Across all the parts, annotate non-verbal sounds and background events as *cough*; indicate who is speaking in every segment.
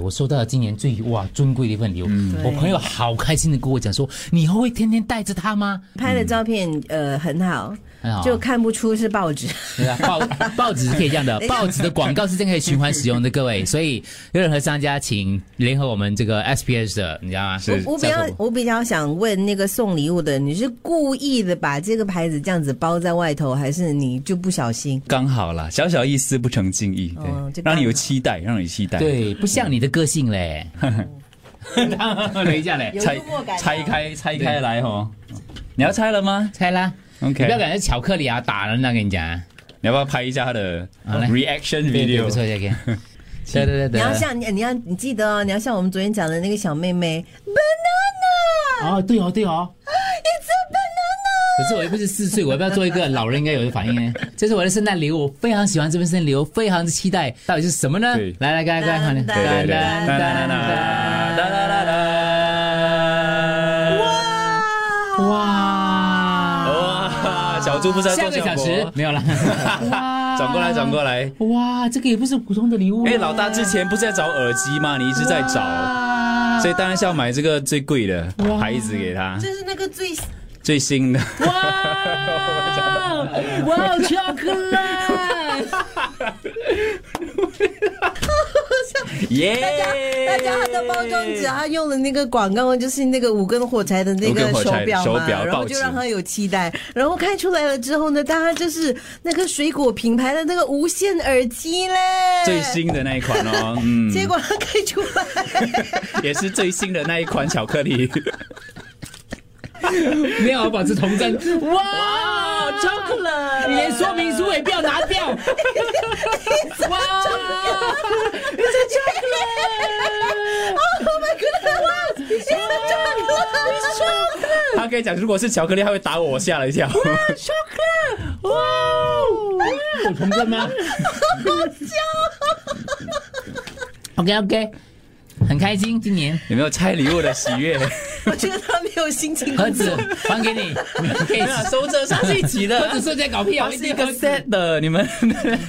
Speaker 1: 我收到了今年最哇尊贵的一份礼物，
Speaker 2: 嗯
Speaker 1: 我朋友好开心的跟我讲说，你以后会天天带着它
Speaker 2: *laughs*
Speaker 1: 吗？
Speaker 3: 拍的照片、呃很好，
Speaker 1: 很好
Speaker 3: 就看不出是报纸。
Speaker 1: 对啊，报报纸是可以这
Speaker 3: *laughs*
Speaker 1: 样的，报纸的广告是这样可以循环使用的，各位，所以任何商家请联合我们这个 SPS 的，你知道吗？
Speaker 2: 是
Speaker 3: 我比较
Speaker 1: 叫什么
Speaker 3: 我比较想问那个送礼物的，你是故意的把这个牌子这样子包在外头，还是你就不小心？
Speaker 2: 刚好啦，小小意思不成敬意，对，
Speaker 3: 哦就刚好
Speaker 2: 让你有期待，让你期待，，
Speaker 1: 对，不像你的个性嘞。 *laughs* 等一下嘞，
Speaker 3: 有
Speaker 2: 拆
Speaker 3: 幽默感啊
Speaker 2: 拆开拆开来哦。你要拆了吗
Speaker 1: 猜啦。你
Speaker 2: ？OK，
Speaker 1: 不要感觉巧克力啊打人啊，跟你讲啊。
Speaker 2: 你要不要拍一下他的
Speaker 1: 好嘞
Speaker 2: reaction
Speaker 1: 对对，
Speaker 2: video？
Speaker 1: 不错，再
Speaker 2: *laughs*
Speaker 1: 见。对对对
Speaker 3: 你
Speaker 1: 对。
Speaker 3: 要像你你要你记得哦，你要像我们昨天讲的那个小妹妹，banana，
Speaker 1: 哦，对哦对哦。可是我又不是四岁，我要不要做一个老人应该有的反应呢？这是我的圣诞礼物，我非常喜欢这份圣诞礼物，非常的期待，到底是什么呢
Speaker 2: 对？
Speaker 1: 来来，来来来，
Speaker 3: 对对
Speaker 2: 对对对，
Speaker 1: 来来
Speaker 2: 哒哒
Speaker 1: 来
Speaker 2: 哒
Speaker 1: 来
Speaker 2: 哒哒哒哒。
Speaker 3: 哇，
Speaker 1: 哇！
Speaker 2: 哇，小猪不是在
Speaker 1: 下
Speaker 2: 做
Speaker 1: 个
Speaker 2: 效
Speaker 1: 小
Speaker 2: 果
Speaker 1: 时没有了。
Speaker 2: 转过来，转过来。
Speaker 1: 哇，这个也不是普通的礼物、
Speaker 2: 哎，老大之前不是在找耳机吗？你一直在找，
Speaker 1: 哇
Speaker 2: 所以当然是要买这个最贵的牌子给他，
Speaker 3: 就是那个最
Speaker 2: 最新的。
Speaker 1: 哇哇，巧克力！
Speaker 2: 耶！
Speaker 3: 大家它的包装纸，它用了那个广告，就是那个五根火柴的那
Speaker 2: 哎五
Speaker 3: 个
Speaker 2: 根火
Speaker 3: 手
Speaker 2: 柴
Speaker 3: 表嘛，
Speaker 2: 手表
Speaker 3: 然后
Speaker 2: 报纸
Speaker 3: 就让它有期待。然后开出来了之后呢，大家就是那个水果品牌的那个无线耳机嘞，
Speaker 2: 最新的那一款哦，
Speaker 3: *laughs*
Speaker 2: 嗯，
Speaker 3: 结果它开出来，
Speaker 2: 也是最新的那一款巧克力。
Speaker 1: 没有保持童
Speaker 2: *laughs*
Speaker 1: 真。哇，巧克力！ *laughs* 你
Speaker 3: 了
Speaker 1: 连说明书也不要拿
Speaker 2: *laughs*
Speaker 1: 掉。哇！
Speaker 3: ，Oh my goodness，真的
Speaker 2: 他可以讲，如果是巧克力，他会打我，我吓了一跳。
Speaker 1: 哇！有童真吗？好笑。OK OK，很开心，今年
Speaker 2: 有没有拆礼物的喜悦？
Speaker 3: 我觉得他没有心情
Speaker 1: 盒
Speaker 3: 工
Speaker 1: 子
Speaker 3: 作。
Speaker 1: 还给你，你可以
Speaker 2: *laughs* 没有啊，收着上一起 *laughs*
Speaker 1: 盒
Speaker 2: 的，
Speaker 1: 子收起来搞屁啊！
Speaker 2: 它是一个 set 的，你们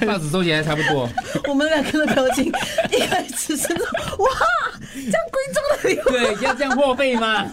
Speaker 1: 报纸收起来差不多。
Speaker 3: 我们两个的表情一开始是那种哇，这样贵重的礼物。
Speaker 1: 对，要这样破费吗？